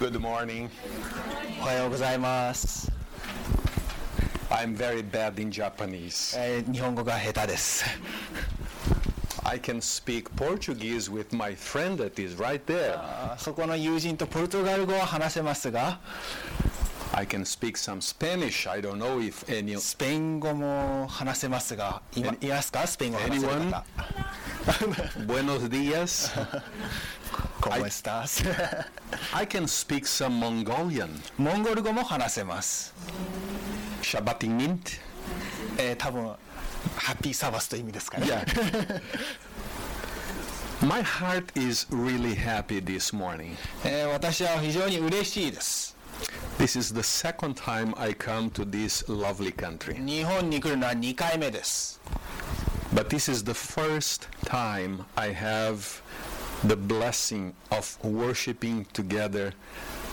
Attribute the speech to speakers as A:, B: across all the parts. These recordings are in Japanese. A: Good morning.
B: おはようございます、
A: I'm very bad in Japanese.
B: えー日本語が下手です
A: I can speak Portuguese with my friend that is right there.
B: あそこの友人とポルトガル語は話せますが
A: I can speak some Spanish. I don't know if any.
B: スペイン語も話せますが今いますかスペイン語話せる
A: Anyone?
B: 方
A: Buenos dias.
B: コモエスタス
A: I can speak some Mongolian.
B: モンゴル語も話せます、
A: Shabatinint.
B: えー多分ハッピーサーバスという意味ですかね
A: Yeah. My heart is really happy this morning.
B: えー私は非常に嬉しいです
A: This is the second time I come to this lovely country.
B: 日本に来るのは2回目です
A: But this is the first time I have the blessing of worshiping together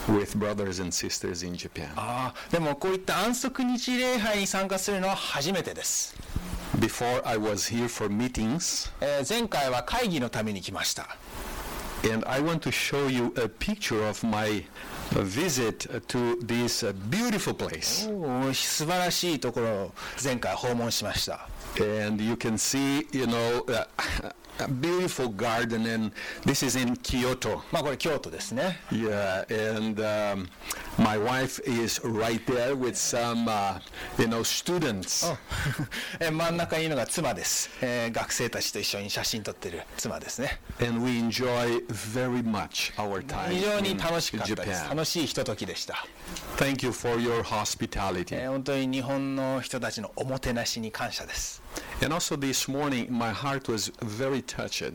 A: with brothers and sisters in Japan.
B: あーでもこういった安息日礼拝に参加するのは初めてです、
A: Before I was here for meetings,
B: えー前回は会議のために来ました
A: and I want to show you a picture of my uh, visit to this uh, beautiful place.
B: おー素晴らしいところを前回訪問しました
A: And you can see, you know, uh, a beautiful garden, and this is in Kyoto.
B: まあこれ京都ですね
A: Yeah, and um, my wife is right there with some, uh, you know, students.
B: Oh. え真ん中にいるのが妻です、えー学生たちと一緒に写真撮ってる妻ですね
A: And we enjoy very much our time
B: 非常に
A: in
B: 楽しかったです
A: Japan.
B: 楽しいひとときでした、
A: Thank you for your hospitality.
B: えー本当に日本の人たちのおもてなしに感謝です、
A: And also this morning, my heart was very touched,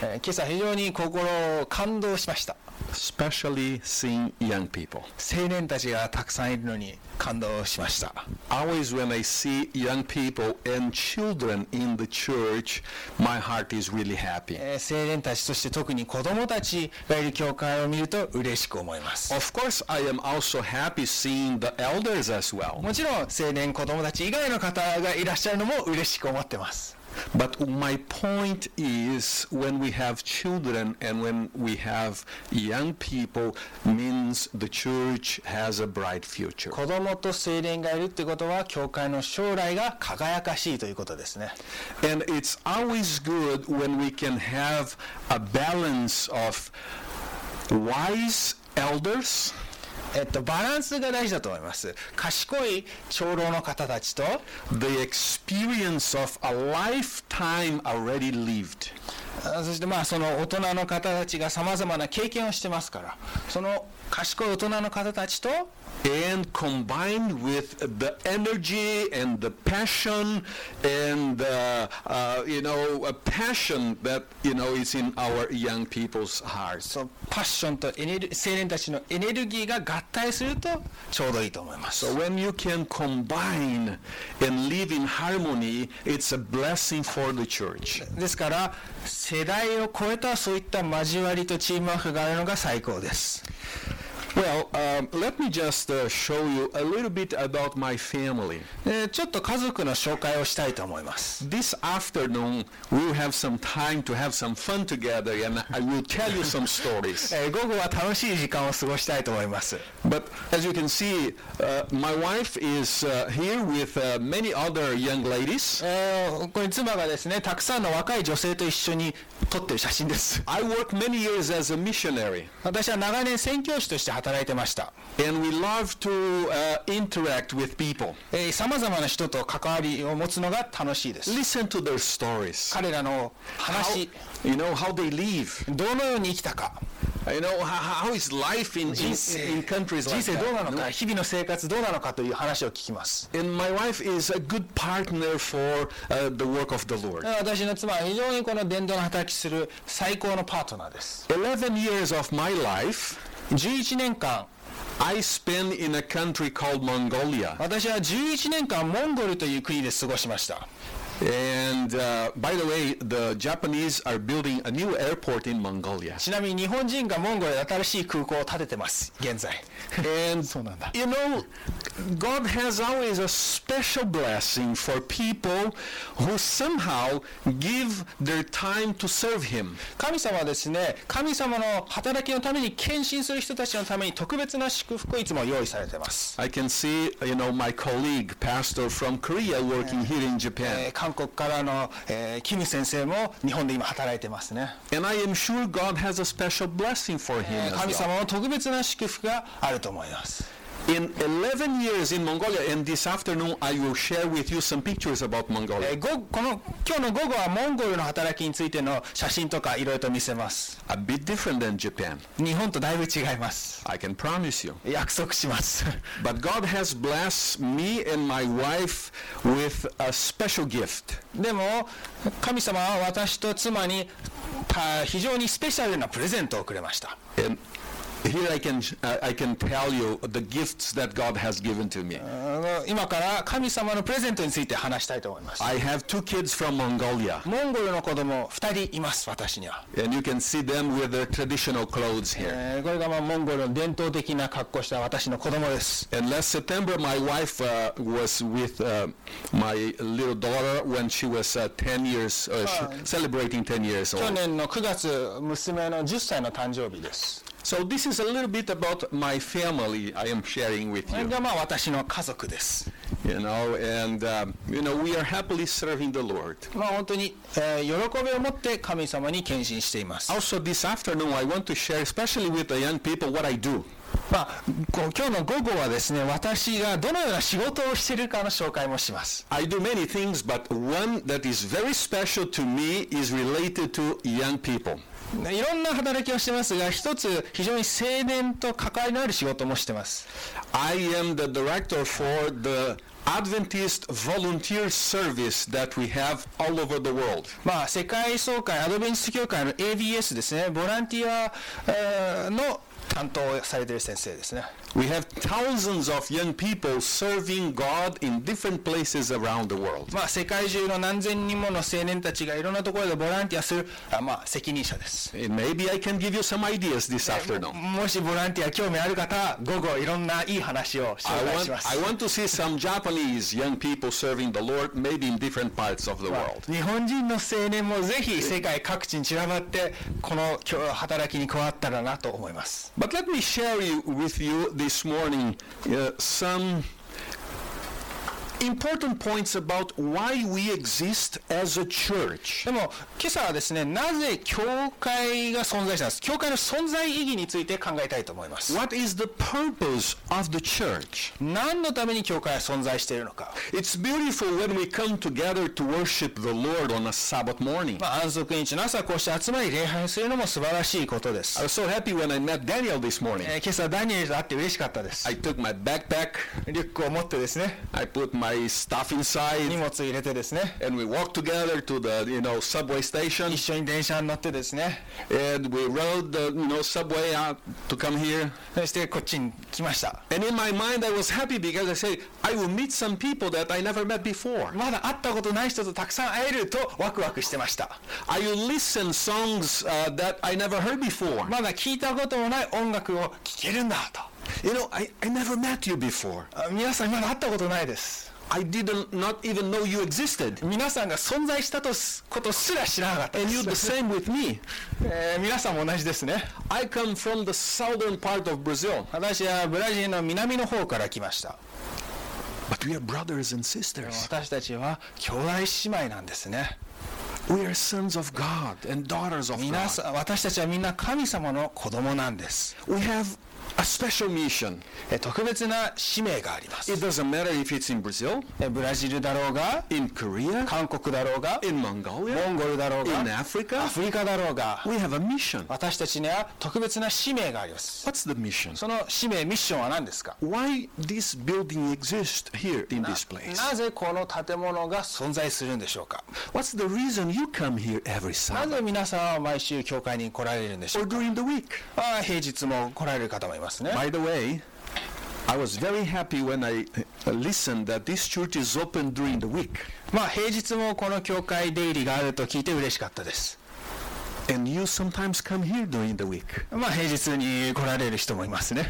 B: えー今朝非常に心を感動しました
A: especially seeing young people.
B: 青年たちがたくさんいるのに感動しました
A: Always when I see young people and children in the church, my heart is really happy.
B: えー青年たちそして特に子供たちがいる教会を見ると嬉しく思います
A: Of course, I am also happy seeing the elders as well.
B: もちろん青年子供たち以外の方がいらっしゃるのも嬉しく思ってます、
A: But my point is when we have children and when we have young people means the church has a bright future.
B: 子供と青年がいるってことは教会の将来が輝かしいということですね
A: And it's always good when we can have a balance of wise elders
B: えっとバランスが大事だと思います賢い長老の方たちと、
A: the experience of a lifetime already lived.
B: あそしてまあその大人の方たちがさまざまな経験をしてますからその賢い大人の方たちと
A: and combined with the energy and the passion and uh, uh, you know a passion that you know is in our young people's hearts
B: そうパッションとエネル青年たちのエネルギーが合体するとちょうどいいと思います
A: so when you can combine and live in harmony it's a blessing for the church
B: ですから世代を超えたそういった交わりとチームワークがあるのが最高です
A: well um, let me just uh, show you a little bit about my family
B: えーちょっと家族の紹介をしたいと思います
A: this afternoon we'll have some time to have some fun together and i will tell you some stories
B: えー午後は楽しい時間を過ごしたいと思います
A: But as you can see, uh, my wife is uh, here with uh, many other young ladies.
B: えーこれ妻がですねたくさんの若い女性と一緒に撮ってる写真です
A: I worked many years as a missionary,
B: 私は長年宣教師として働いてました
A: and we love to uh, interact with people,
B: さまざまな人と関わりを持つのが楽しいです
A: listen to their stories,
B: 彼らの
A: how,
B: 話
A: you know how they live,
B: どのように生きたか
A: you know how, how is life in, in,
B: 人生
A: in countries
B: 人
A: like
B: 生どうな
A: that.
B: のか日々の生活どうなのかという話を聞きます
A: And my wife is a good partner for uh, the work of the Lord.
B: 私の妻は非常にこの伝道の働きする最高のパートナーです
A: 11 years of my life,
B: 11年間
A: I spent in a country called Mongolia.
B: 私は11年間モンゴルという国で過ごしました
A: And uh, by the way, the Japanese are building a new airport in Mongolia.
B: ちなみに日本人がモンゴルで新しい空港を建ててます現在
A: And
B: そうなんだ
A: you know, God has always a special blessing for people who somehow give their time to serve Him.
B: 神様はですね神様の働きのために献身する人たちのために特別な祝福をいつも用意されてます、
A: I can see, you know, my colleague, pastor from Korea, working here in
B: えー
A: Japan.
B: 韓国からの、えーキム先生も日本で今働いてますね
A: And I am sure God has a special blessing for
B: え
A: him. as
B: ー神
A: well.
B: 様の特別な祝福があると思います
A: In 11 years in Mongolia, and this afternoon I will share with you some pictures about
B: え
A: Mongolia.
B: ーごこの今日の午後はモンゴルの働きについての写真とかいろいろと見せます
A: A bit different than Japan,
B: 日本とだいぶ違います
A: I can promise you.
B: 約束します
A: But God has blessed me and my wife with a special gift.
B: でも神様は私と妻にた非常にスペシャルなプレゼントをくれました
A: And here I can, uh, I can tell you the gifts that God has given to me.
B: あの今から神様のプレゼントについて話したいと思います
A: I have two kids from Mongolia.
B: モンゴルの子供2人います私には、
A: And you can see them with their traditional clothes here.
B: えーこれがまあモンゴルの伝統的な格好した私の子供です
A: And last September, my wife uh, was with uh, my little daughter when she was uh, 10 years, uh, sh- celebrating 10 years
B: 去
A: old.
B: 年の9月娘の10歳の誕生日です
A: So this is a little bit about my family I am sharing with
B: これ
A: you.
B: がまあ私の家族です、
A: You know, and, um, you know, we are happily serving the Lord.
B: まあ、本当に、えー喜びを持って神様に献身しています、
A: Also, this afternoon, I want to share, especially with the young people, what I do.
B: まあ、こう今日の午後はですね私がどのような仕事をしているかの紹介もします
A: I do many things, but one that is very special to me is related to young people.
B: いろんな働きをしてますが一つ非常に青年と関わりのある仕事もしてます
A: I am the director for the Adventist volunteer service that we have all over the world.
B: まあ、世界総会アドベンチスト教会の ABS ですね、ボランティアえーの担当をされている先生ですね。
A: We have thousands of young people serving God in different places around the world.
B: まあ、世界中の何千人もの青年たちがいろんなところでボランティアする、あまあ、責任者です。
A: And maybe I can give you some ideas this afternoon.
B: もしボランティア興味ある方、午後いろんないい話を紹
A: I
B: 介
A: want,
B: します。
A: I want to see some Japanese young people serving the Lord, maybe in different parts of the
B: まあ
A: world.
B: 日本人の青年もぜひ世界各地に散らばって、この今日働きに加わったらなと思います。
A: But let me share you, with you this morning uh, some important points about why we exist as a church.
B: でも今朝はですねなぜ教会が存在したんです教会の存在意義について考えたいと思います
A: What is the purpose of the church?
B: 何のために教会は存在しているのか、
A: It's beautiful when we come together to worship the Lord on a Sabbath morning.
B: まあ、安息日の朝こうして集まり礼拝するのも素晴らしいことで
A: I
B: す、
A: was so happy when I met Daniel this morning.
B: えー今朝ダニエルと会って嬉しかったです、
A: I took my backpack,
B: リュックを持ってですね
A: I put my stuff
B: 荷
A: inside,
B: 物入れてですね
A: and we walked together to the you know subway station,
B: 一緒に電車に乗ってですね
A: and we rode the you know subway out to come here.
B: そしてこっちに来ました
A: And in my mind, I was happy because I said, I will meet some people that I never met before.
B: まだ会ったことない人とたくさん会えるとワクワクしてました
A: I will listen songs uh, that I never heard before.
B: まだ聞いたこともない音楽を聴けるんだと
A: You know, I, I never met you before.
B: あ皆さんまだ会ったことないです
A: I didn't not even know you existed.
B: 皆さんが存在したとすことすら知らなかったで
A: And you're the
B: す、
A: same with me.
B: えー皆さんも同じですね
A: I come from the southern part of Brazil,
B: 私はブラジルの南の方から来ました
A: but we are brothers and sisters.
B: 私たちは兄弟姉妹なんですね
A: We are sons of God and daughters of
B: 皆
A: God.
B: さん私たちはみんな神様の子供なんです、
A: We have a special mission.
B: えー特別な使命があります
A: It doesn't matter if it's in Brazil,
B: えーブラジルだろうが
A: in Korea,
B: 韓国だろうが
A: in
B: モン
A: Mongolia,
B: ゴルだろう
A: in
B: が
A: Africa.
B: アフリカだろうが
A: We have a mission.
B: 私たちには特別な使命があります
A: What's the mission?
B: その使命ミッションは何ですか
A: Why this building exists here in this place?
B: なぜこの建物が存在するんでしょうか
A: What's the reason you come here every
B: な
A: Sabbath
B: ぜ皆さんは毎週教会に来られるんでしょう
A: or during the week?
B: かああ平日も来られる方もいますね。
A: By the way, I was very happy when I uh, listened that this church is open during the week.
B: まあ平日もこの教会出入りがあると聞いて嬉しかったです
A: And you sometimes come here during the week.
B: まあ平日に来られる人もいま すね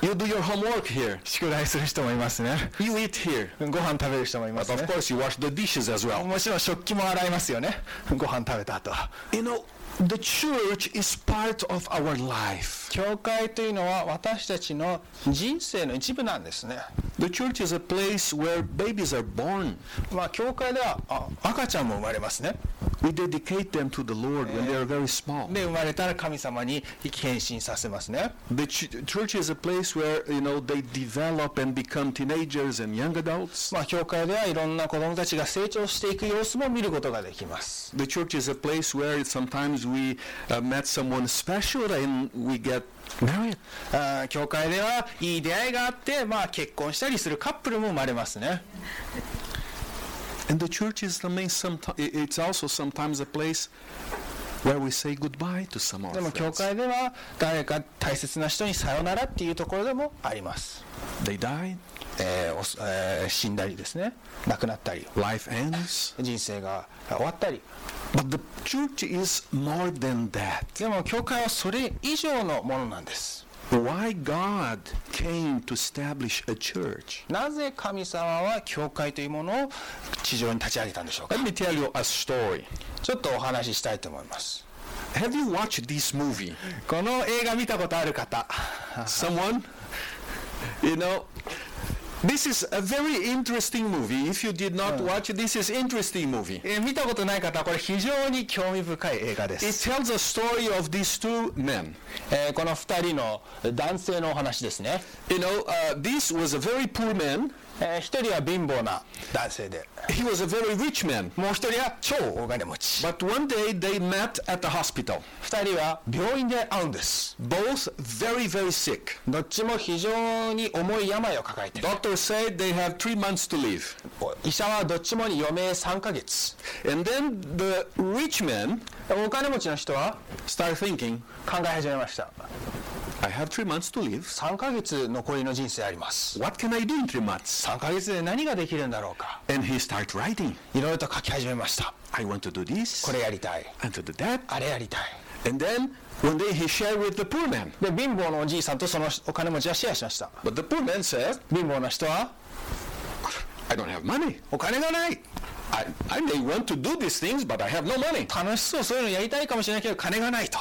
A: You do your homework here.
B: 宿題する人もいますね
A: You eat here.
B: ご飯食べる人もいま
A: But
B: す
A: of
B: ね
A: course, you wash the dishes as well.
B: もちろん食器も洗いますよねご飯食べた後
A: You know, the church is part of our life.
B: 教会というのは私たちの人生の一部なんですね
A: The church is a place where babies are born.
B: まあ教会ではあ赤ちゃんも生まれますね
A: We dedicate them to the Lord when they are very small.
B: で生まれたら神様に献身させますね
A: The ch- church is a place where you know they develop and become teenagers and young adults.
B: まあ教会ではいろんな子供たちが成長していく様子も見ることができます
A: The church is a place where sometimes we uh, met someone special and we get married.
B: あー教会ではいい出会いがあって、まあ、結婚したりするカップルも生まれますね
A: And the church is the main someti- i- it's also sometimes a place where we say goodbye to some of
B: でも
A: our
B: 教
A: friends.
B: 会では誰か大切な人にさよならっていうところでもあります、
A: They died,
B: えーおすえー死んだりですね亡くなったり
A: life ends.
B: 人生が終わったり
A: But the church is more than that.
B: でも教会はそれ以上のものなんです
A: Why God came to establish a church?
B: なぜ神様は教会というものを地上に立ち上げたんでしょうか
A: Let me tell you a story.
B: ちょっとお話ししたいと思います
A: Have you watched this movie?
B: この映画見たことある方
A: Someone? You know, this is a very interesting movie. If you did not watch it, this is interesting movie.
B: えー見たことない方はこれ非常に興味深い映画で
A: It
B: す、
A: tells a story of these two men.
B: えーこの2人の男性のお話ですね、
A: You know, uh, this was a very poor man.
B: え1人は貧乏な男性で
A: He was a very rich man.
B: もう1人は超大金持ち
A: But one day they met at the hospital.
B: 2人は病院で会うんです
A: Both very, very sick.
B: どっちも非常に重い病を抱えている
A: Doctor said they have three months to live.
B: 医者はどっちもに余命3ヶ月
A: And then the rich man
B: お金持ちの人は
A: started thinking,
B: 考え始めました
A: I have three months to live.
B: 3ヶ月残りの人生あります
A: What can I do in three months?
B: 3ヶ月で何ができるんだろうか
A: And he started writing.
B: いろいろと書き始めました
A: I want to do this.
B: これやりたい
A: And to do that.
B: あれやりたい
A: And then one day he shared with the poor man.
B: で貧乏のおじいさんとそのお金持ちはシェアしました
A: But the poor man said,
B: 貧乏な人は
A: I don't have money.
B: お金がない
A: I, I may want to do these things, but I have no money.
B: 楽しそうそういうのやりたいかもしれないけど金がないと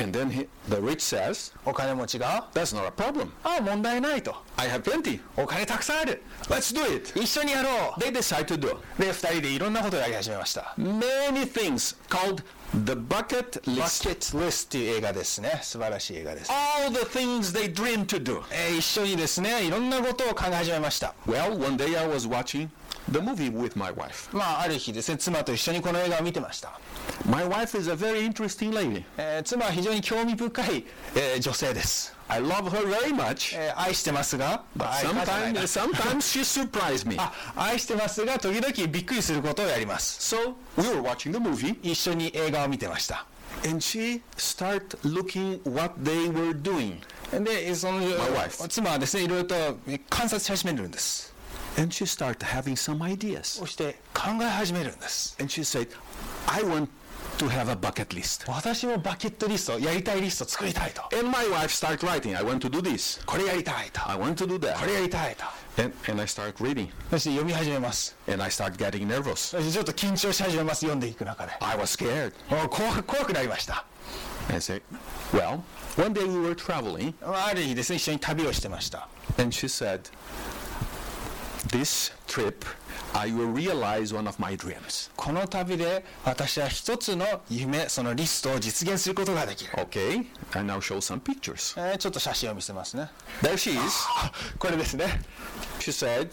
A: And then he, the rich says,
B: お金持ちが
A: That's not a problem.
B: ああ問題ないと
A: I have plenty.
B: お金たくさんある
A: Let's do it.
B: 一緒にやろ
A: They decide to do
B: うで2人でいろんなことをやり始めました
A: many things called the bucket
B: バ
A: list.
B: スケットリストという映画ですね素晴らしい映画です、
A: All the things they dream to do.
B: えー一緒にですねいろんなことを考え始めました
A: Well, one day I was watching the movie with my wife.
B: まあある日ですね妻と一緒にこの映画を見てました、
A: My wife is a very interesting lady.
B: えー妻は非常に興味深い、えー女性です、
A: I love her very much.
B: えー愛してますが、まあ愛かじゃないな
A: Sometimes, sometimes she surprised me.
B: あ愛してますが時々びっくりすることをやります
A: So we were watching the movie,
B: 一緒に映画を見てました
A: and she started looking what they were doing,
B: でその
A: wife.
B: 妻はですねいろいろとえ観察し始めるんです
A: and she started having some ideas.
B: そして考え始めるんです
A: And she said, "I want to have a bucket list."
B: 私もバケットリストやりたいリスト作りたいと
A: And my wife started writing, "I want to do this.
B: これやりたいと
A: I want to do
B: これ
A: that."
B: やりたいと
A: And, and I start reading,
B: そして読み始めます
A: and I start getting nervous.
B: そしてちょっと緊張し始めます読んでいく中で
A: I was scared.
B: もう怖怖くなりました
A: I say, well, one day we were traveling,
B: まあある日ですね一緒に旅をしてました
A: and she said, this trip, I will realize one of my dreams.
B: この旅で私は一つの夢そのリストを実現することができる
A: Okay, I now show some pictures.
B: えーちょっと写真を見せますね
A: There she is.
B: これですね、
A: She said,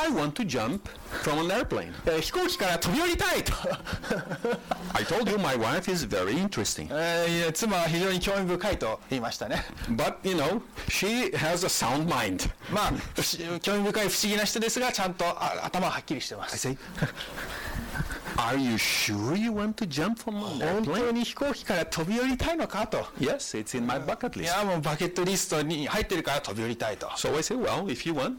A: I want to jump from an airplane.
B: えー飛行機から飛び降りたいと、
A: I told you my wife is very interesting.
B: えーいや妻は非常に興味深いと言いました ね
A: But, you know, she has a sound mind.
B: まあ不思興味深い不思議な人ですがちゃんとあ頭はっきりしてま
A: I
B: す
A: say, Are you sure you want to jump from an
B: 本
A: airplane?
B: 当に飛行機から飛び降りたいのかと。
A: Yes, it's in my bucket list.
B: いや、もうバケットリストに入ってるから飛び降りたいと。
A: So I say, well, if you want,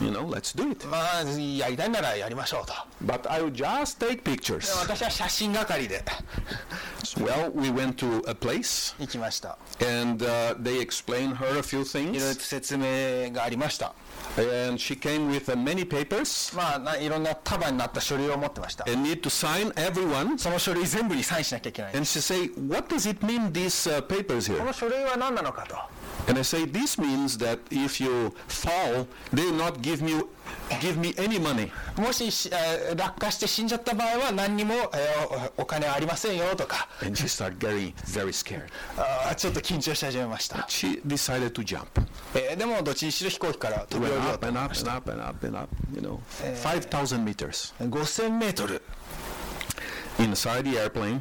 A: you know, let's do it.
B: まあ、やりたいならやりましょうと。
A: But I'll just take
B: で
A: pictures.
B: 私は写真係で
A: Well, we went to a place
B: 行きました。
A: and uh, they explained her a few
B: いろい
A: things.
B: ろ説明がありました。
A: And she came with uh, many papers
B: まあ、ないろんな束になった書類を持ってました。
A: and need to sign everyone.
B: その書類全部にサインしなきゃいけない。
A: And she say, what does it mean, these uh, papers
B: こ
A: here?
B: の書類は何なのかと。
A: And I say, this means that if you fall, they will not give me, give me any money.
B: もしし、えー落下して死んじゃった場合は何にも、えーおお金はありませんよとか
A: And she started getting very scared.
B: あーちょっと緊張し始めました、
A: She decided to jump.
B: えーでもどっちにしろ飛行機から飛び
A: Went
B: 降りよう
A: up
B: と
A: and up and up and up and up, you know, 5,000 meters.
B: 5000メートル、
A: Inside the airplane,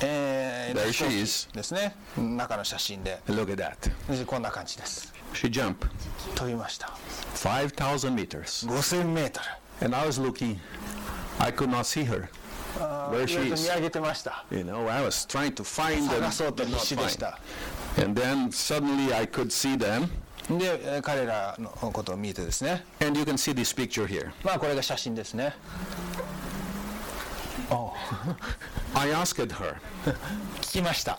B: えー
A: There
B: 飛行機
A: she is.
B: ですね中の写真で
A: look at that.
B: でこんな感じです
A: She jumped
B: 飛びました
A: 5,000 meters.
B: 5000メートル
A: And I was looking. I could not see her. Where
B: い
A: she
B: ろいろ
A: is.
B: 見上げてました
A: You know, I was trying to find them.
B: 探そうと
A: could
B: 必
A: not
B: 死でし
A: find.
B: た
A: And then suddenly I could see them.
B: で、えー彼らのことを見てですね
A: And you can see this picture here.
B: まあこれが写真ですね
A: I asked her,
B: 聞きました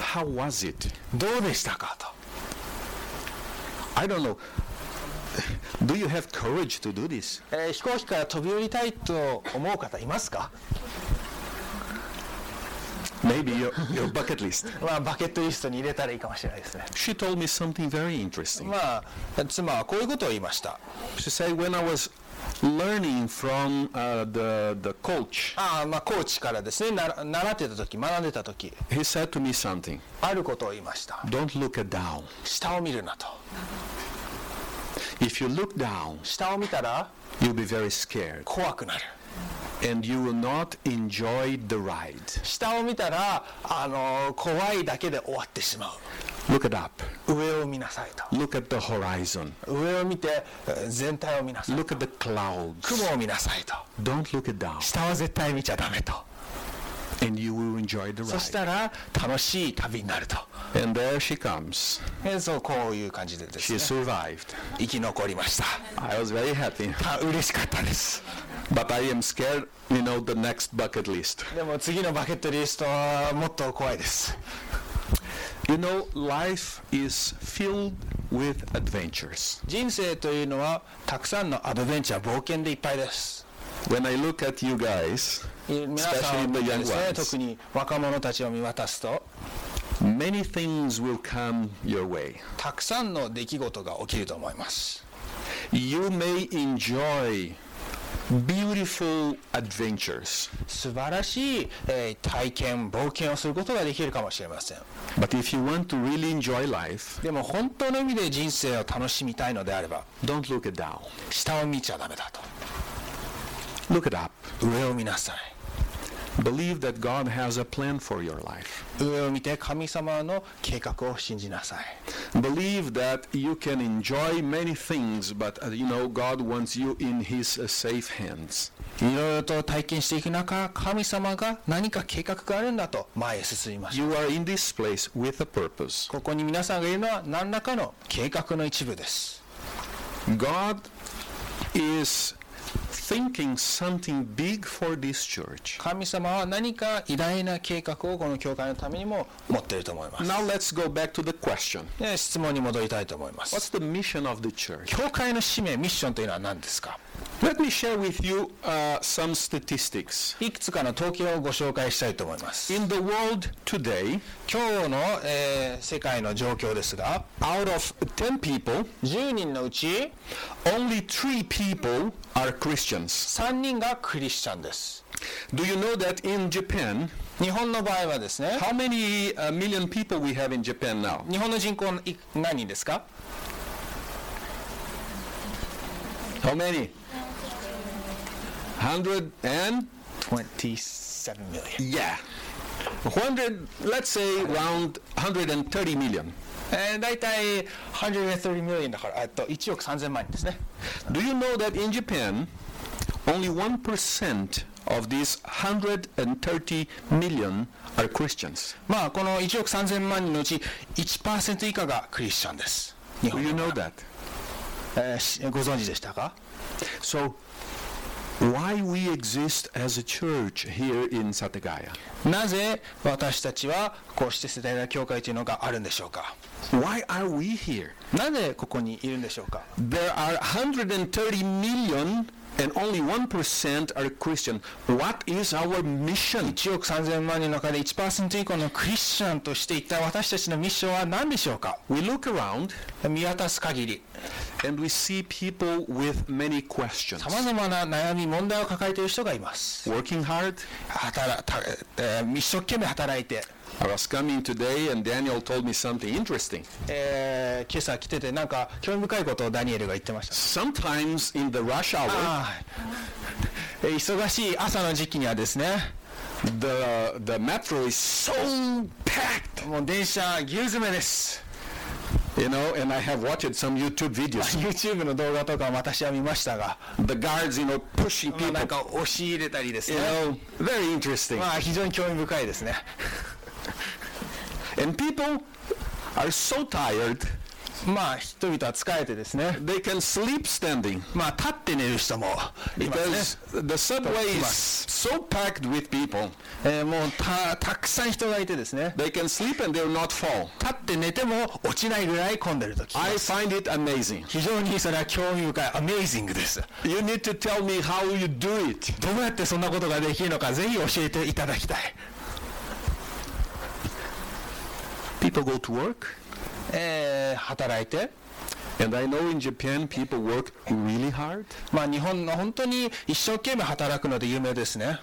A: how was it?
B: どうでしたかと
A: I don't know. Do you have courage to do this?
B: えー飛行機から飛び降りたいと思う方いますか、
A: Maybe your, your bucket list.
B: まあ、バケットリストに入れたらいいかもしれないですね
A: She told me something very interesting.
B: まあ妻はこういうことを言いました
A: She said, when I was learning from uh, the, the coach,
B: ああまあコーチからですねなら習ってた時学んでた時
A: he said to me something
B: あることを言いました
A: Don't look at down.
B: 下を見るなと
A: If you look down,
B: 下を見たら
A: you'll be very scared
B: 怖くなる
A: and you will not enjoy the ride.
B: 下を見たらあのー怖いだけで終わってしま
A: Look it up.
B: う上を見なさい
A: Look at the horizon.
B: と上を見てえー全体を見なさい
A: Look at the clouds.
B: 雲を見なさいと
A: Don't look it down
B: 下は絶対見ちゃダメと
A: and you will enjoy the
B: そし
A: ride.
B: たら楽しい旅になると
A: And there she comes.
B: えーそうこういう感じでです
A: She
B: ね
A: survived.
B: 生き残りました
A: I was very happy.
B: あ嬉しかったです
A: But I am scared, you know, the next bucket list.
B: でも次のバケットリストはもっと怖いです
A: You know, life is filled with adventures.
B: 人生というのはたくさんのアドベンチャー冒険でいっぱいです
A: When I look at you guys,
B: 皆さ
A: Especially
B: ん
A: the
B: です
A: young
B: ね
A: ones.
B: 特に若者たちを見渡すと
A: many things will come your way.
B: たくさんの出来事が起きると思います
A: You may enjoy beautiful adventures.
B: 素晴らしい、えー体験冒険をすることができるかもしれません
A: But if you want to really enjoy life,
B: でも本当の意味で人生を楽しみたいのであれば
A: don't look it down.
B: 下を見ちゃダメだ
A: Look it up.
B: と上を見なさ
A: Believe that God has a plan for your life.
B: い上を見て神様の計画を信じなさい
A: Believe that you can enjoy many things, but uh, you know God wants you in His uh, safe hands.
B: いろいろと体験していく中、神様が何か計画があるんだと前へ進みましょう。
A: You are in this place with a purpose.
B: ここに皆さんがいるのは何らかの計画の一部です。
A: God is thinking something big for this church.
B: 神様は何か偉大な計画をこの教会のためにも持っていると思います。
A: Now let's go back to the question.
B: で質問に戻りたいと思いま
A: What's
B: す。
A: the mission of the church?
B: 教会の使命、ミッションというのは何ですか
A: Let me share with you uh, some statistics.
B: いくつかの統計をご紹介したいと思います。
A: In the world today,
B: 今日の、えー世界の状況ですが、
A: out of 10 people,
B: 10人のうち
A: only 3 people are Christians.
B: 3人がクリスチャンです。
A: Do you know that in Japan,
B: 日本の場合はですね、
A: How many uh, million people we have in Japan now?
B: 日本の人口い何人ですか
A: How many? 100 and
B: 27 million、
A: yeah. 100 let's say around 130 million.
B: えー、大体130 million だからえっと1億3000万人ですね
A: Do you know that in Japan only 1% of these 130 million are Christians.
B: まあこの1億3000万人のうち1%以下がクリスチャンです日
A: Do
B: 本、
A: you know that?
B: えーしご存知でしたか
A: So, why we exist as a church here in Satagaya?
B: なぜ私たちはこうして世代な教会というのがあるんでしょうか
A: Why are we here?
B: なぜここにいるんでしょうか
A: There are 130 million and only 1% are Christian. What is our mission?
B: 1億3000万人の中で1%以降のクリスチャンとしていった私たちのミッションは何でしょうか
A: We look around
B: 見渡す限り
A: and we see people with many questions.
B: さまざまな悩み問題を抱えている人がいます
A: Working hard.
B: 働た、えー一生懸命働いて、
A: I was coming today and Daniel told me something interesting.
B: えー今朝来ててなんか興味深いことをダニエルが言ってました
A: Sometimes in the rush hour,
B: あーえー忙しい朝の時期にはですね
A: the, the metro is so packed.
B: もう電車ぎゅう詰めです
A: You know, and I have watched some YouTube videos.
B: YouTube の動画とかも私は見ましたが、
A: The guards, you know, pushing
B: まあ、な
A: people.
B: んか押し入れたりです
A: You
B: ね
A: know, very interesting.
B: まあ非常に興味深いですね
A: And people are so tired,
B: まあ人々は疲れてですね
A: they can sleep standing
B: まあ立って寝る人もいますね
A: because the subway is so packed with people.
B: えーもうたたくさん人がいてですね
A: They can sleep and they'll not fall.
B: 立って寝ても落ちないぐらい混んでる時
A: I find it amazing.
B: 非常にそれは興味深いアメイジングです
A: You need to tell me how you do it.
B: どうやってそんなことができるのかぜひ教えていただきたい、
A: People go to work,
B: えー働いて
A: and I know in Japan people work really hard.
B: まあ日本の本当に一生懸命働くので有名ですね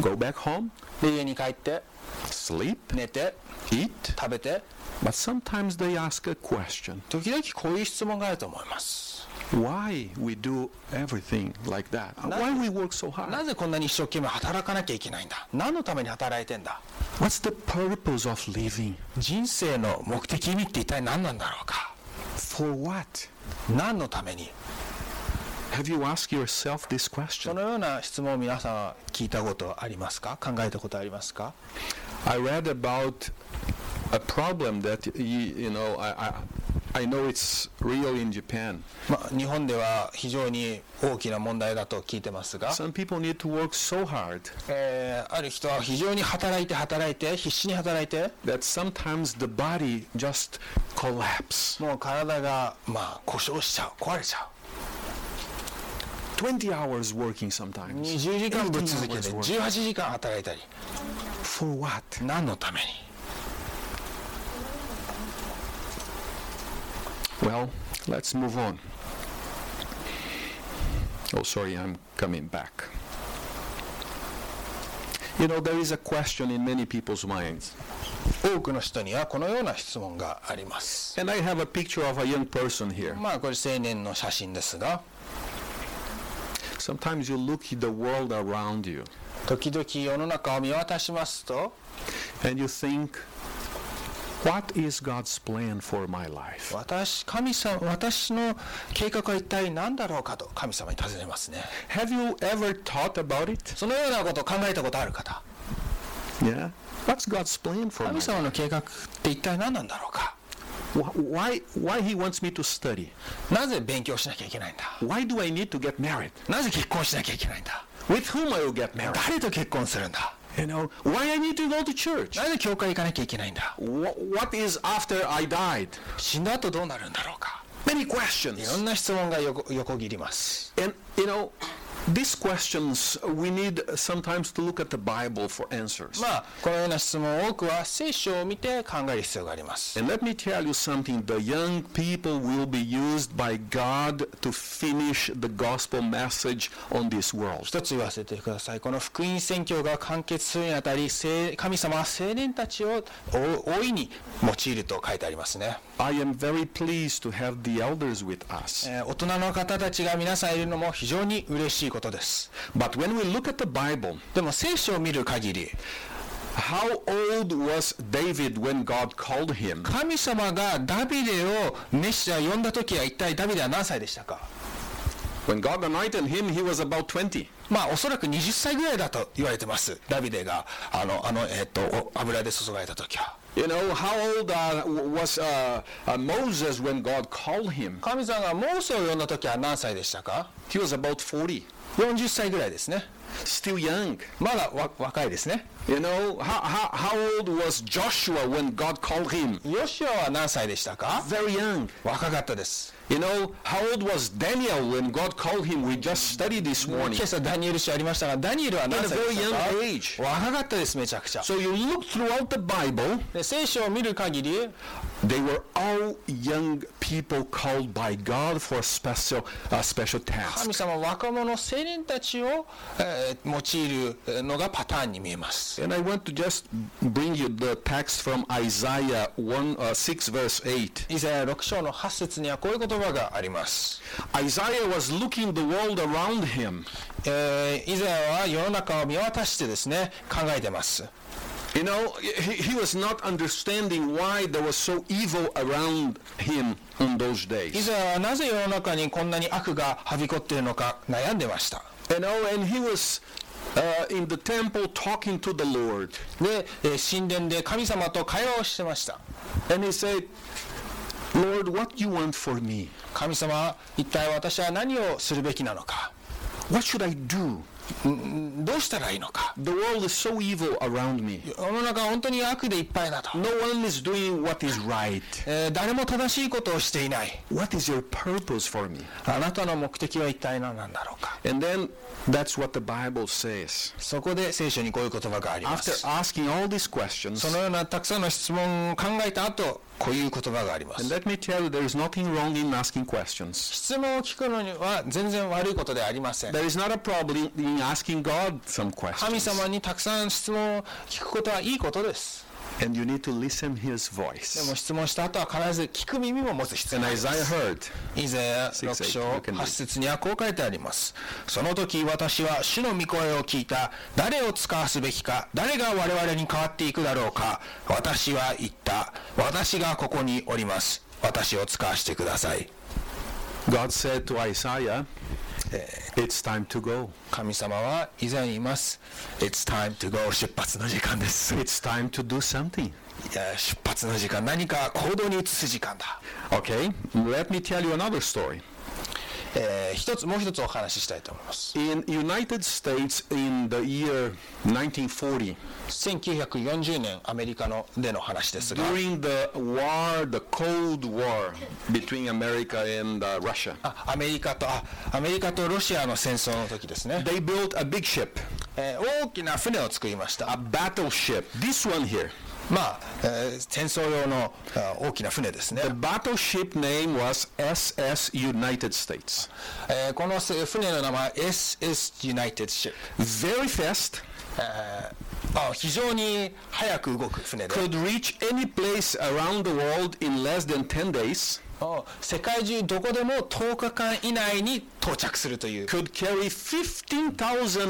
A: Go back home,
B: で家に帰って
A: sleep,
B: 寝て
A: eat.
B: 食べて
A: But sometimes they ask a question
B: 時々こういう質問があると思います
A: why we do everything like that? Why we work so
B: な
A: hard?
B: ぜこんなに一生懸命働かなきゃいけないんだ何のために働いてんだ
A: What's the purpose of living?
B: 人生の目的意味って一体何なんだろうか
A: For what?
B: 何のために
A: Have you asked yourself this
B: そ
A: question?
B: のような質問を皆さんは聞いたことありますか考えたことありますか
A: I read about a problem that you, you know I, I I know it's real in Japan.
B: まあ、日本では非常に大きな問題だと聞いてますが、
A: Some people need to work so hard
B: えーある人は非常に働いて働いて必死に働いて
A: that sometimes the body just collapse.
B: もう体がまあ故障しちゃう壊れちゃ
A: 20 hours working
B: う
A: sometimes.
B: 20時間ぶっ続けて
A: 18 hours
B: 18時間働いたり
A: For what?
B: 何のために
A: Well, let's move on. Oh, sorry, I'm coming back. You know, there is a question in many people's minds.
B: 多くの人にはこのような質問があります
A: And I have a picture of a young person here.
B: まあこれ青年の写真ですが
A: Sometimes you look at the world around you
B: 時々世の中を見渡しますと
A: and you think, what is God's plan for my life?
B: 私神様私の計画は一体何だろうかと神様に尋ねますね
A: Have you ever thought about it?
B: そのようなことを考えたことある方
A: Yeah. What's God's plan for
B: 神
A: me?
B: 様の計画って一体何なんだろうか
A: Wh- Why, why He wants me to study?
B: なぜ勉強しなきゃいけないんだ
A: Why do I need to get married?
B: なぜ結婚しなきゃいけないんだ
A: With whom I will get married?
B: 誰と結婚するんだ
A: You know, why I need to go to church?
B: なぜ教会行かなきゃいけないんだ
A: Wh- what is after I died?
B: 死んだ後どうなるんだろうか
A: Many
B: いろ
A: questions.
B: んな質問が横横切ります
A: And, you know, these questions, we need sometimes to look at the Bible for answers.
B: まあこのような質問多くは聖書を見て考える必要があります
A: And let me tell you something the young people will be used by God to finish the gospel message on this world.
B: 一つ言わせてくださいこの福音宣教が完結するにあたり聖神様は青年たちをお大いに用いると書いてありますね、
A: I am very pleased to have the elders with us.
B: えー大人の方たちが皆さんいるのも非常に嬉しいことです
A: But when we look at the Bible,
B: でも聖書を見る限り
A: how old was David when God called him?
B: 神様がダビデをメシア呼んだ時は一体ダビデは何歳でしたか
A: When God anointed him, he was about 20.
B: まあおそらく20歳ぐらいだと言われてますダビデがあのあの、えっとお油で注がれた時は
A: You know, how old uh, w- was uh, uh, Moses when God called him?
B: 神様がモーセを呼んだ時は何歳でしたか
A: He was about 40.
B: 40歳ぐらいですね
A: Still young.
B: まだわ若いですね
A: You know, how, how, how old was Joshua when God called him?
B: ヨシュアは何歳でしたか
A: Very young.
B: 若かったです
A: You know, how old was Daniel when God called him? We just studied this
B: 今
A: morning.
B: 朝ダニエル氏ありましたがダニエルは何歳でした
A: At a very young age.
B: か若かったですめちゃくちゃ
A: So you look throughout the Bible,
B: で聖書を見る限り
A: they were all young people called by God for special, uh, special tasks.
B: 神様は若者青年たちを、えー用いるのがパターンに見えます
A: And I want to just bring you the text from Isaiah 1, uh, 6, verse 8.
B: 以前6章の8節にはこういう言葉があります
A: Isaiah was looking the world around him.
B: えー以前は世の中を見渡してですね考えてます
A: You know, he, he was not understanding why there was so evil around him in those
B: 以
A: days.
B: 前はなぜ世の中にこんなに悪がはびこっているのか悩んでました
A: You know, and he was uh, in the temple talking to the Lord.
B: で、えー神殿で神様と会話をしてました
A: And he said, Lord, what you want for me?
B: 神様一体私は何をするべきなのか
A: What should I do?
B: んどうしたらいいのか
A: The world is so evil around me.
B: 世の中は本当に悪でいっぱいだと、
A: No one is doing what is right.
B: えー誰も正しいことをしていない
A: What is your purpose for me?
B: あなたの目的は一体何なんだろうか
A: And then that's what the Bible says.
B: そこで聖書にこういう言葉がありま
A: After
B: す
A: asking all these questions,
B: そのようなたくさんの質問を考えた後こういう言葉がありま
A: and
B: す
A: let me tell you, there is nothing wrong in asking questions.
B: 質問を聞くのには全然悪いことではありません
A: There is not a problem in asking God some
B: 神
A: questions.
B: 様にたくさん質問を聞くことはいいことです
A: And you need to listen His
B: でも
A: voice.
B: 質問した後は必ず聞く耳も持つ必要
A: And
B: があり
A: Isaiah
B: ます
A: heard.
B: 以前
A: 6
B: 6章
A: you can read.
B: 8節にはこう書いてありますその時私は主の御声を聞いた誰を使わすべきか誰が我々に変わっていくだろうか私は言った私がここにおります私を使わしてください
A: God said to Isaiah, It's time to go.
B: 神様は以前言います It's time to go 出発の時間です
A: It's time to do something.
B: いや出発の時間何か行動に移す時間だ、
A: Okay, let me tell you another story.
B: えー一つもう一つお話ししたいと思います。
A: In United States in the year 1940,
B: 1940年アメリカのでの話ですが
A: during the war, the Cold War between America and uh, Russia,
B: あアメリカとあアメリカとロシアの戦争の時ですね、
A: they built a big ship,
B: えー大きな船を作りました
A: a battleship. This one here.
B: まあ、えー戦争用のあ大きな船ですね
A: The、battleship name was SS United States.
B: えーこのせ船の名前 SS United Ship、
A: Very fast,
B: えーあ非常に早く動く船で
A: could reach any place around the world in less than 10 days,
B: お世界中どこでも10日間以内に到着するという
A: could carry 15,000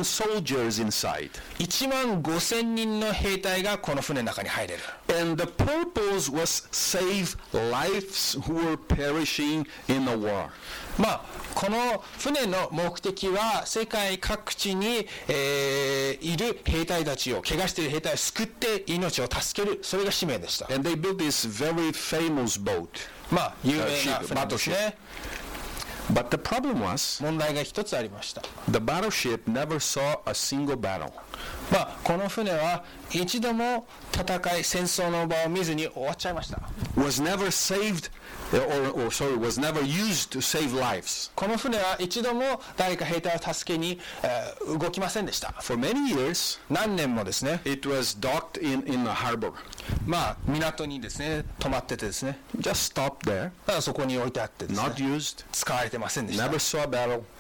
A: soldiers inside.
B: 1万5000人の兵隊がこの船の中に入れる
A: And the purpose was save lives who were perishing in the war.
B: まあ、この船の目的は世界各地に、えーいる兵隊たちを怪我している兵隊を救って命を助けるそれが使命でした、
A: And they built this very famous boat.
B: まあ、有名な
A: ship,
B: 船ですね
A: But the problem was
B: 問題が一つありました、
A: the battleship never saw a single battle.
B: まあ、この船は一度も戦い戦争の場を見ずに終わっちゃいました
A: Was never saved, or, or sorry, was never used to save lives.
B: この船は一度も誰か兵隊を助けに、えー動きませんでした
A: For many years,
B: 何年もですね
A: it was docked in, in a harbor.
B: まあ港にですね泊まっててですね
A: Just stopped there,
B: ただそこに置いてあってですね
A: not used,
B: 使われてませんでした
A: never saw a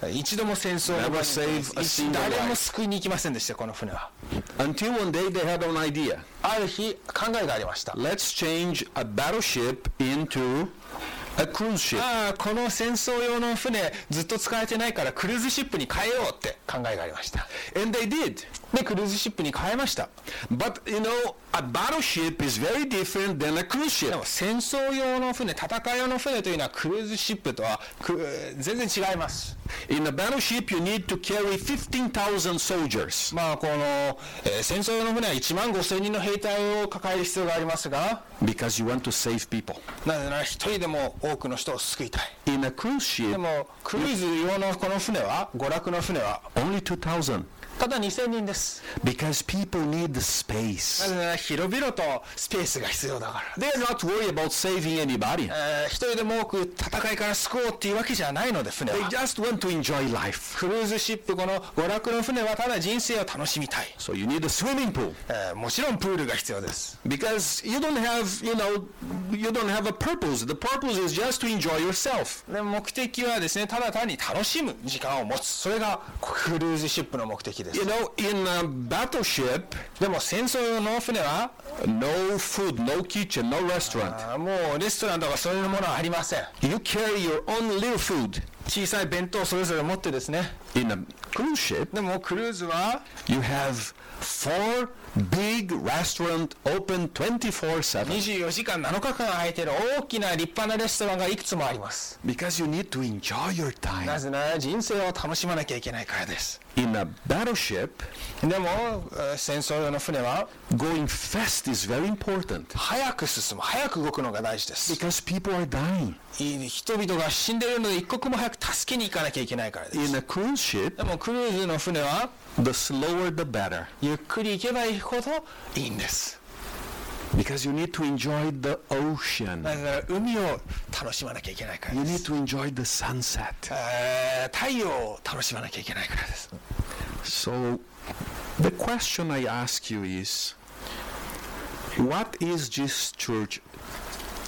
A: battle
B: 一度も戦争
A: Never
B: の場に
A: save a
B: 一
A: single
B: 誰
A: life.
B: も救いに行きませんでしたこの船は
A: until one day they had an idea.
B: ある日考えがありました
A: Let's change a battleship into a cruise ship.
B: ああこの戦争用の船ずっと使えてないからクルーズシップに変えようって考えがありました
A: And they did.
B: でクルーズシップに変えました
A: But you know, a battleship is very different than a cruise
B: で
A: ship.
B: も戦争用の船戦い用の船というのはクルーズシップとはく全然違います
A: In a battleship, you need to carry 15,000 soldiers.
B: まあこの、えー戦争用の船は1万5千人の兵隊を抱える必要がありますが
A: because you want to save people.
B: なぜなら一人でも多くの人を救いたい
A: In a cruise
B: で
A: ship,
B: もクルーズ用のこの船は娯楽の船は
A: only 2,000
B: ただ2000人です
A: because people need the
B: な
A: space.
B: ぜなら広々とスペースが必要だから
A: They're not worried about saving anybody.
B: えー一人でも多く戦いから救おうっていうわけじゃないので船
A: They
B: は
A: just want to enjoy life.
B: クルーズシップこの娯楽の船はただ人生を楽しみたい、
A: So you need a swimming pool
B: えーもちろんプールが必要です
A: because you don't have, you know, you don't have a purpose. The purpose is just to enjoy yourself.
B: で目的はですねただ単に楽しむ時間を持つそれがクルーズシップの目的です
A: You know, in a battleship,
B: でも戦争用の船は
A: no food, no kitchen, no restaurant.
B: あーもうレストランとかそういうものはありません
A: You carry your own little food.
B: 小さい弁当をそれぞれ持ってですね
A: In a cruise ship,
B: でもクルーズは
A: You have four big restaurants open 24 7
B: 24時間7日間空いてる大きな立派なレストランがいくつもあります
A: because you need to enjoy your
B: な
A: time.
B: ぜなら人生を楽しまなきゃいけないからです
A: In a battleship,
B: でもえー戦争用の船は
A: going fast is very important
B: 早く進む早く動くのが大事です
A: because people are dying.
B: い人々が死んでいるので一刻も早く助けに行かなきゃいけないからです
A: In a cruise ship,
B: でもクルーズの船は
A: the slower the better
B: ゆっくり行けば行くほどいいんです
A: because you need to enjoy the ocean.
B: だから海を楽しまなきゃいけないから
A: You
B: です
A: need to enjoy the sunset.
B: えー太陽を楽しまなきゃいけないからです
A: So, the question I ask you is what is this church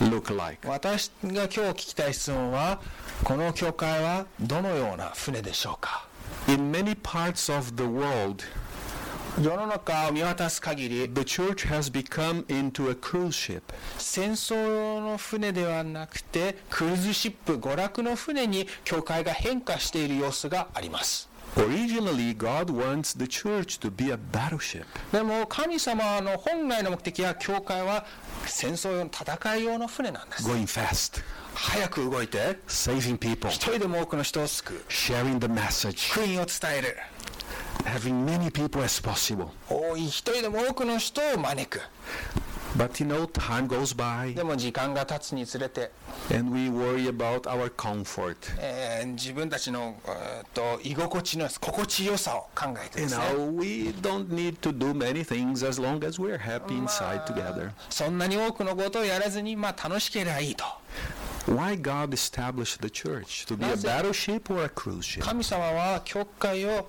A: look like?
B: 私が今日聞きたい質問はこの教会はどのような船でしょうか
A: In many parts of the world,
B: 世の中を見渡す限り
A: The church has become into a cruise ship.
B: 戦争用の船ではなくてクルーズシップ娯楽の船に教会が変化している様子があります
A: Originally, God wants the church to be a battleship.
B: でも神様の本来の目的は教会は戦争用の戦い用の船なんです
A: Going fast,
B: 早く動いて
A: saving people,
B: 一人でも多くの人を救う
A: sharing the message,
B: 福音を伝える
A: having many people as possible.
B: 多い一人でも多くの人を招く
A: But you know, time goes by
B: でも時間が経つにつれて
A: and we worry about our comfort.
B: えー自分たちの、えーっと居心地の心地よさを考えてで
A: You
B: すね
A: know, we don't need to do many things as long as we're happy inside together.
B: そんなに多くのことをやらずに、まあ、楽しければいいと
A: Why God established the church? To be a
B: That's it.
A: battleship or a cruise ship?
B: 神様は教会を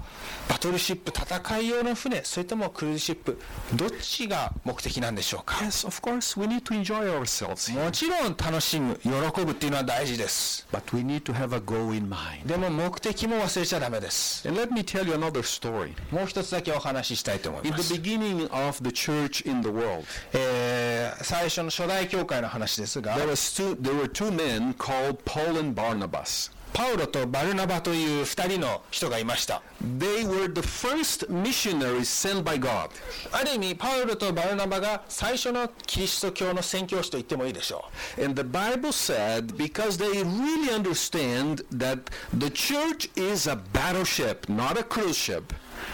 B: バトルシップ戦い用の船それともクルーズシップどっちが目的なんでしょうか
A: Yes, of course, we need to enjoy ourselves.
B: もちろん楽しむ喜ぶっていうのは大事です
A: But we need to have a goal in mind.
B: でも目的も忘れちゃダメです
A: And let me tell you another story.
B: もう一つだけお話ししたいと思い
A: In
B: ま
A: the
B: す、
A: beginning of the church in the world,
B: えー最初の初代教会の話ですが
A: there, was two, there were two men called Paul and Barnabas.
B: パウロとバルナバという2人の人がいました
A: They were the first missionaries sent by God.
B: ある意味パウロとバルナバが最初のキリスト教の宣教師と言ってもいいでしょ
A: And the Bible said because they really understand that the church is a battleship, not a cruise ship.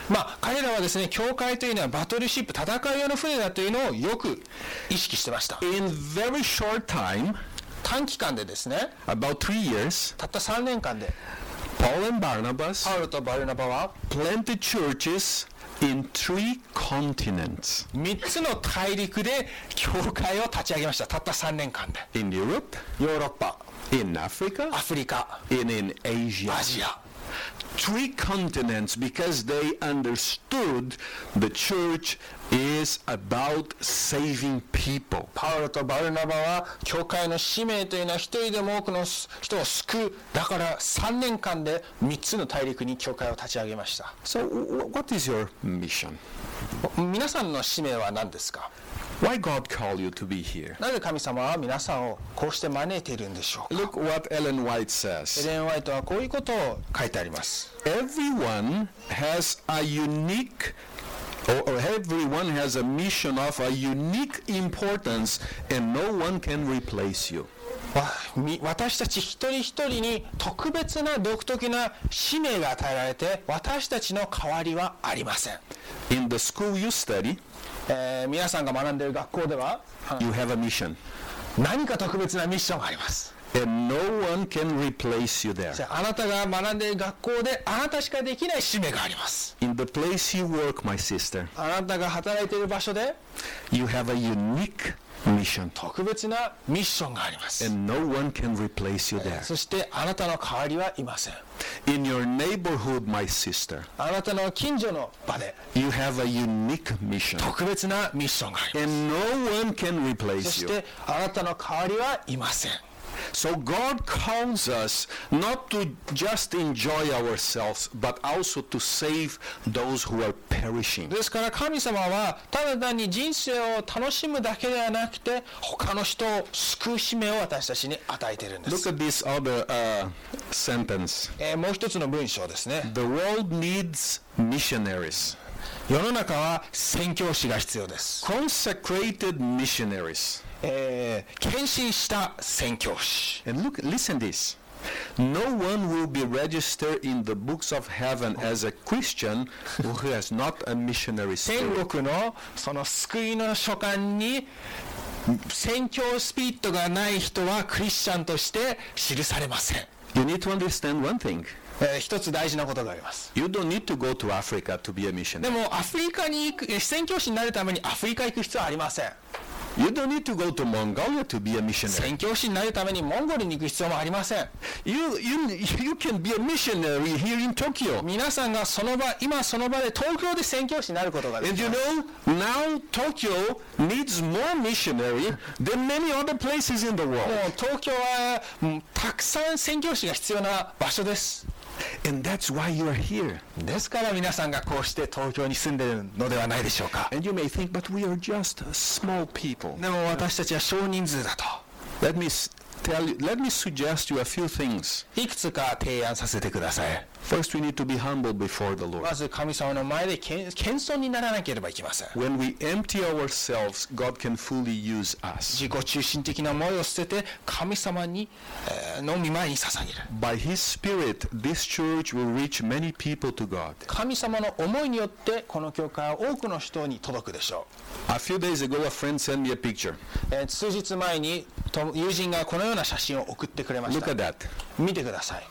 B: うまあ彼らはですね教会というのはバトルシップ戦い用の船だというのをよく意識してました
A: In very short time,
B: 短期間でですね
A: about three years,
B: たった3年間で
A: Paul and Barnabas
B: パウロとバルナバは
A: planted churches in three continents.
B: 3つの大陸で教会を立ち上げましたたった3年間で
A: in Europe,
B: ヨーロッパ
A: in
B: ア
A: Africa,
B: フリカ
A: and in Asia.
B: アジア
A: Three continents because they understood the church is about saving people.
B: パウロとバルナバは教会の使命というのは一人でも多くの人を救うだから3年間で3つの大陸に教会を立ち上げました
A: So, w- what is your mission?
B: 皆さんの使命は何ですか
A: Why God called you to be here?
B: なぜ神様は皆さんをこうして招いているんでしょうか
A: Look what Ellen White
B: エ
A: says.
B: レン・ワイトはこういうことを書いてあります
A: Everyone has a unique or or everyone has a mission of a unique importance and no one can replace you.
B: わみ私たち一人一人に特別な独特な使命が与えられて私たちの代わりはありません、
A: In the school you study,
B: えー皆さんが学んでいる学校では
A: you have a mission
B: 何か特別なミッションがあります
A: and no one can replace you there.
B: じゃああなたが学んでいる学校であなたしかできない使命があります
A: In the place you work, my sister,
B: あなたが働いている場所で
A: you have a unique mission
B: 特別なミッションがあります
A: and no one can replace you there.
B: そしてあなたの代わりはいません
A: In your neighborhood, my sister,
B: あなたの近所の場で
A: you have a unique mission
B: 特別なミッションがありま
A: and no one can
B: す
A: replace
B: そし
A: you.
B: てあなたの代わりはいません
A: So God calls us not to just enjoy ourselves, but also to save those who are perishing.
B: ですから神様はただ単に人生を楽しむだけではなくて他の人を救う使命を私たちに与えているんで
A: Look
B: す、
A: at this other uh, sentence.
B: えーもう一つの文章ですね
A: The world needs missionaries,
B: 世の中は宣教師が必要です、
A: consecrated missionaries.
B: えー献身した宣教師
A: And look, listen this. No one will be registered in the books of heaven as a Christian who has not a missionary
B: 天
A: spirit.
B: 国のその救いの書簡に宣教スピリットがない人はクリスチャンとして記されません、
A: You need to understand one thing.
B: えー一つ大事なことがあります
A: You don't need to go to Africa to be a
B: で
A: missionary.
B: もアフリカに行くえー宣教師になるためにアフリカ行く必要はありません
A: You don't need to go to Mongolia to be a missionary.
B: 宣教師になるためにモンゴルに行く必要もありません
A: You, you, you can be a missionary here in Tokyo.
B: 皆さんがその場今その場で東京で宣教師になることができ
A: And
B: ます
A: you know, now Tokyo needs more missionary than many other places in the
B: も
A: world.
B: う東京はうんたくさん宣教師が必要な場所です
A: And that's why you are here.
B: ですから皆さんがこうして東京に住んでるのではないでしょうか
A: And you may think, but we are just a small people.
B: でも私たちは少人数だと
A: Let me s- tell you, let me suggest you a few things.
B: いくつか提案させてください
A: First, we need to be humble before the
B: ま
A: Lord.
B: ず神様の前で謙謙遜にならなければいけません
A: When we empty ourselves, God can fully use us.
B: 自己中心的な思いを捨てて神様に、えーの御前に捧げる
A: By His Spirit, this church will reach many people to God.
B: 神様の思いによってこの教会は多くの人に届くでしょ
A: A few days ago, a friend sent me a picture.
B: う、えー数日前にと友人がこのような写真を送ってくれまし
A: Look
B: た
A: at that.
B: 見てください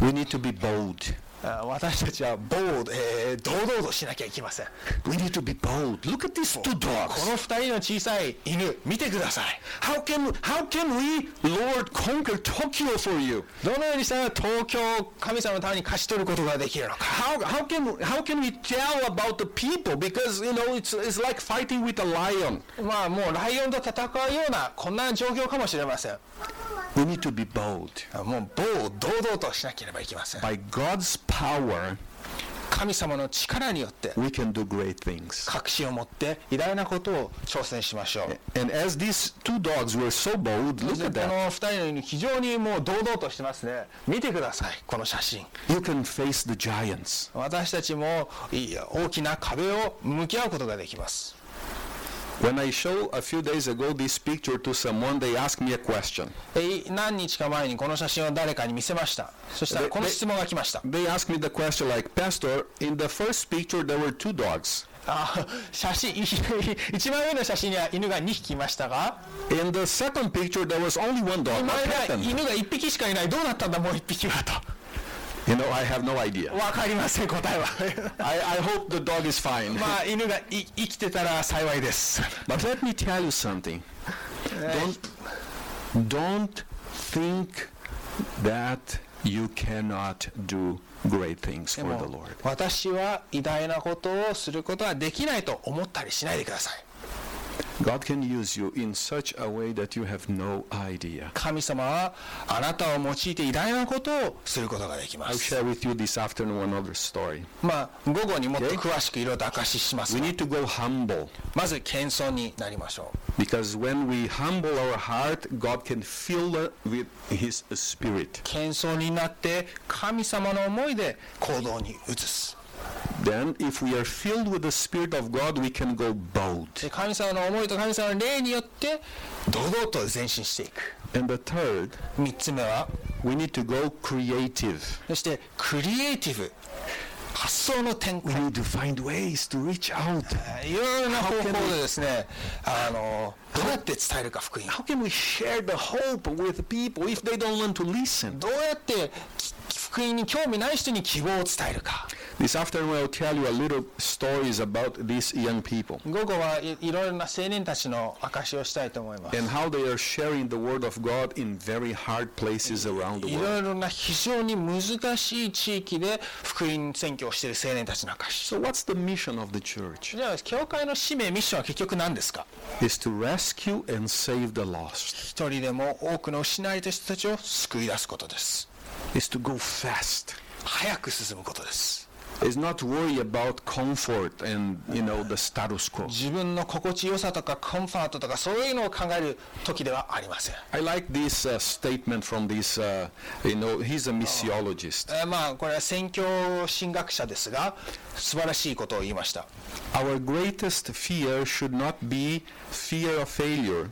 A: We need to be bold.
B: あ私たちはボード、えー堂々としなきゃいけません
A: We need to be bold. Look at these two
B: こ
A: dogs.
B: の二人の小さい犬見てください
A: How can how can we, Lord, conquer Tokyo for you?
B: どのようにしたら東京を神様のために勝ち取ることができるのか
A: How, how can how can we tell about the people? Because you know it's it's like fighting with a lion.
B: まあもうライオンと戦うようなこんな状況かもしれません
A: We need to be bold.
B: あもう棒を堂々としなければいけません
A: By God's power,
B: 神様の力によって
A: we can do great things.
B: 確信を持って偉大なことを挑戦しましょう
A: And as these two dogs were so bold,
B: そ
A: look
B: して
A: at
B: こ
A: that.
B: の二人の犬非常にもう堂々としてますね見てくださいこの写真
A: You can face the giants.
B: 私たちもいい大きな壁を向き合うことができます
A: When I show a few days ago this picture to someone, they asked me a question.
B: えい何日か前にこの写真を誰かに見せましたそしたら
A: で
B: この質問が来ました
A: They asked me the question like, Pastor, in the first picture there were two dogs.
B: あ写真い 一番上の写真には犬が2匹いましたが
A: In the second picture there was only one dog.
B: 前
A: What
B: が
A: happened?
B: 犬が1匹しかいないどうなったんだもう1匹はと
A: You know, I have no idea.
B: わかりません答えは
A: I, I hope the dog is fine.
B: まあ犬がい生きてたら幸いです
A: But let me tell you something. Don't, don't think that you cannot do great things
B: で
A: for the
B: も
A: Lord.
B: 私は偉大なことをすることはできないと思ったりしないでください
A: God can use you in such a way that you have no idea.
B: 神様はあなたを用いて偉大なことをすることができま
A: I'll
B: す
A: share with you this afternoon one other story.
B: まあ午後にもっと詳しくいろいろと明かしします
A: We
B: が
A: need to go humble
B: まず謙遜になりましょ
A: because when we humble our heart, God can fill it with His Spirit.
B: う謙遜になって神様の思いで行動に移す
A: Then, if we are filled with the Spirit of God, we can go bold.
B: で神様の思いと神様の霊によって堂々と前進していく
A: And the third,
B: 3つ目は
A: we need to go creative.
B: そしてクリエイティブ発想の転換
A: We need to find ways to reach out.
B: いろいろな方法でですねあのどうやって伝えるか福音
A: How can we share the hope with people if they don't want to listen?
B: どうやってき福音に興味ない人に希望を伝えるか
A: This afternoon, I'll tell you a little stories about these young people
B: 午後はいいろいろな青年たちの証しをしたいと思います
A: and how they are sharing the word of God in very hard places around the
B: い
A: world.
B: ろいろな非常に難しい地域で福音宣教をしている青年たちの証し
A: So, what's the mission of the church?
B: じゃあ教会の使命ミッションは結局何ですか
A: Is to rescue and save the lost.
B: 一人でも多くの失われた人たちを救い出すことです
A: Is to go fast.
B: 早く進むことです
A: Is not worry about comfort and you know the status quo.
B: 自分の心地よさとかコンファートとかそういうのを考える時ではありません
A: I like this uh, statement from this. Uh, you know, he's a missiologist.
B: えーまあこれは宣教神学者ですが素晴らしいことを言いました
A: Our greatest fear should not be fear of failure,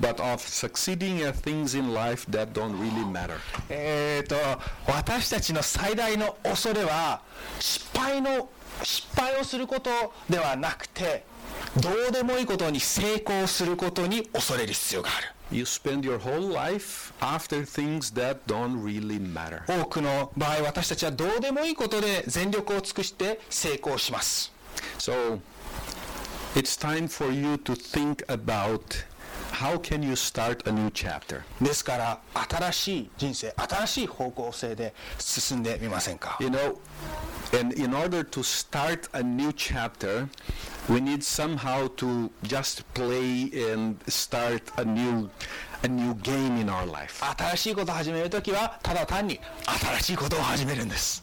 A: but of succeeding at things in life that don't really matter.
B: えー、と私たちの最大の恐れは失敗の失敗をすることではなくてどうでもいいことに成功することに恐れる必要がある
A: You spend your whole life after things that don't really matter.
B: 多くの場合私たちはどうでもいいことで全力を尽くして成功します
A: So it's time for you to think about how can you start a new chapter.
B: ですから新しい人生新しい方向性で進んでみませんか
A: You know, and in order to start a new chapter, we need somehow to just play and start a new a new game in our life.
B: 新しいことを始めるときはただ単に新しいことを始めるんです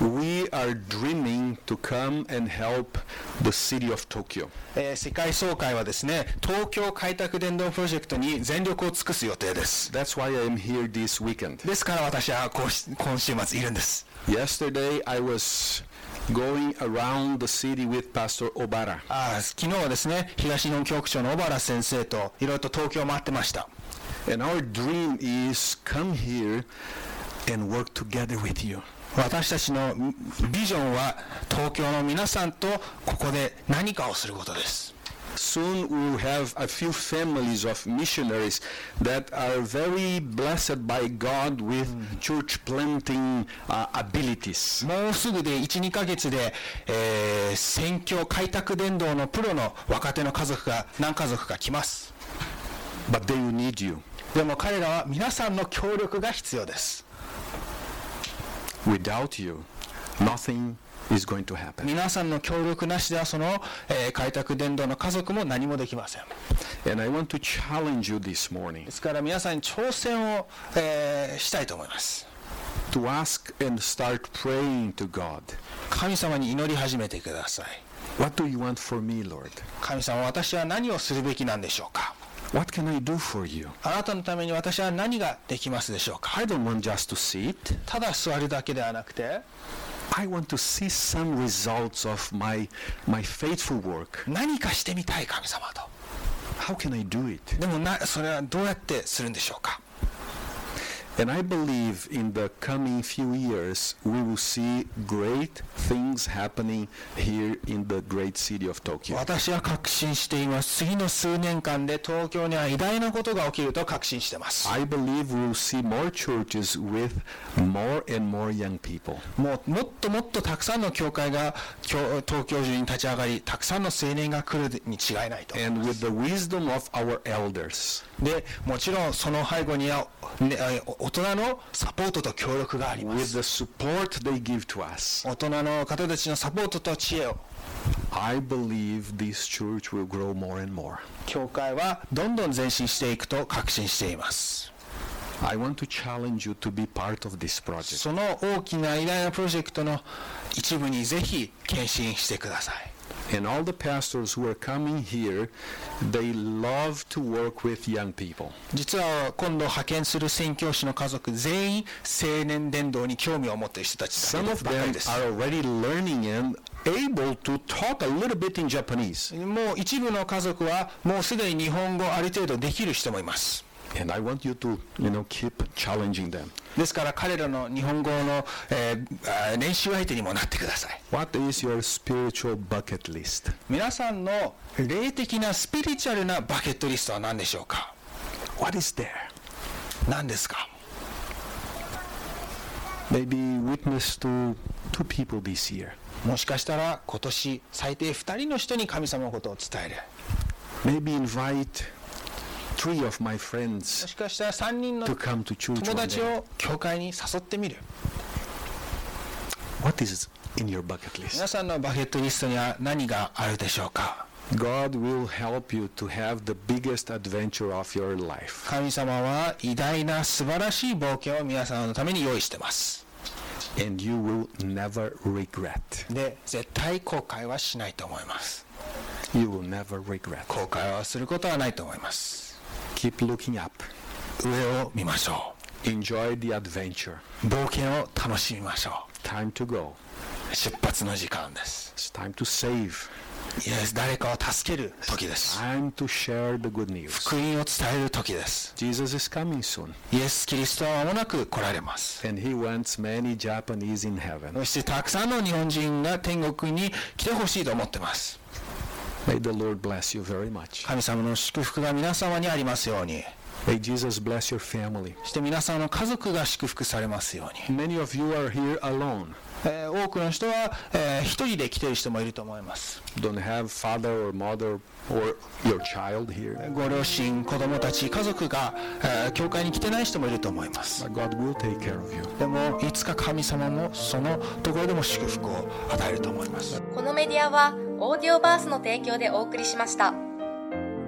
A: We are dreaming to come and help the city of Tokyo.
B: えー世界総会はですね東京開拓伝道プロジェクトに全力を尽くす予定です
A: That's why I am here this weekend.
B: ですから私はこうし今週末いるんです
A: Yesterday I was going around the city with Pastor Obara.
B: あー昨日はですね東日本教区長の小原先生といろいろと東京を回ってました
A: And our dream is come here and work together with you.
B: 私たちのんビジョンは東京の皆さんとここで何かをすることです
A: Soon we will have a few families of missionaries that are very blessed by God with church planting uh, abilities.
B: もうすぐで12ヶ月で、えー宣教開拓伝道のプロの若手の家族が何家族か来ます
A: But they will need you.
B: でも彼らは皆さんの協力が必要です
A: Without you, nothing is going to happen.
B: 皆さんの協力なしではその、えー開拓伝道の家族も何もできません
A: And I want to challenge you this morning
B: ですから皆さんに挑戦を、えーしたいと思います
A: to ask and start praying to God.
B: 神様に祈り始めてください
A: What do you want for me, Lord?
B: 神様私は何をするべきなんでしょうか
A: What can I do for you?
B: あなたのために私は何ができますでしょうか
A: I don't want just to see it.
B: ただ座るだけではなくて
A: I want to see some results of my my faithful work.
B: 何かしてみたい神様と
A: How can I do it?
B: でもなそれはどうやってするんでしょうか
A: And I believe in the coming few years we will see great things happening here in the great city of Tokyo.
B: 私は確信しています次の数年間で東京には偉大なことが起きると確信してます
A: I believe we will see more churches with more and more young people.
B: もうもっともっとたくさんの教会が教東京中に立ち上がりたくさんの青年が来るに違いないと
A: And with the wisdom of our elders,
B: でもちろんその背後には、ね、あお大人のサポートと協力がありま
A: with
B: す
A: the support they give to us.
B: 大人の方たちのサポートと知恵を
A: I believe this church will grow more and more.
B: 教会はどんどん前進していくと確信しています
A: I want to challenge you to be part of this project.
B: その大きな偉大なプロジェクトの一部にぜひ献身してください
A: And all the pastors who are coming here, they love to work with young people.
B: 実は今度派遣する宣教師の家族全員青年伝道に興味を持っている人たちだ
A: Some
B: け
A: of
B: ばかり
A: them
B: です
A: are already learning and able to talk a little bit in Japanese.
B: もう一部の家族はもうすでに日本語ある程度できる人もいます
A: And I want you to, you know, keep challenging them.
B: ですから彼らの日本語の、えーあー練習相手にもなってください
A: What is your spiritual bucket list?
B: 皆さんの霊的なスピリチュアルなバケットリストは何でしょうか
A: What is there?
B: 何ですか
A: Maybe witness to two people this year.
B: もしかしたら今年最低2人の人に神様のことを伝える
A: Maybe invite three of my friends
B: もしかしたら3人の
A: to come to church
B: 友
A: one
B: 達
A: day.
B: を教会に誘ってみる
A: What is in your bucket
B: 皆
A: list?
B: さんのバケットリストには何があるでしょうか
A: God will help you to have the biggest adventure of your life.
B: 神様は偉大な素晴らしい冒険を皆さんのために用意してます
A: And you will never regret.
B: で絶対後悔はしないと思います
A: You will never regret.
B: 後悔はすることはないと思います
A: Keep looking up.
B: 上を見ましょ
A: Enjoy the adventure.
B: う冒険を楽しみましょ
A: Time to go.
B: う出発の時間です
A: It's time to save.
B: イエス誰かを助ける時です
A: Time to share the good news.
B: 福音を伝える時です
A: Jesus is coming soon,
B: イエス・キリストは間もなく来られます
A: and he wants many Japanese in heaven.
B: そしてたくさんの日本人が天国に来てほしいと思ってます
A: May the Lord bless you very much.
B: 神様の祝福が皆様にありますように
A: May Jesus bless your family.
B: そして皆様の家族が祝福されますように、
A: Many of you are here alone,
B: えー多くの人は、えー一人で来ている人もいると思います
A: don't have father or mother or your child here.
B: ご両親子供たち家族が、えー教会に来てない人もいると思います
A: But God will take care of you.
B: でもいつか神様もそのところでも祝福を与えると思います
C: このメディアはオーディオバースの提供でお送りしました。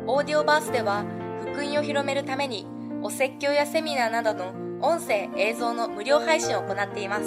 C: オーディオバースでは福音を広めるためにお説教やセミナーなどの音声、映像の無料配信を行っています。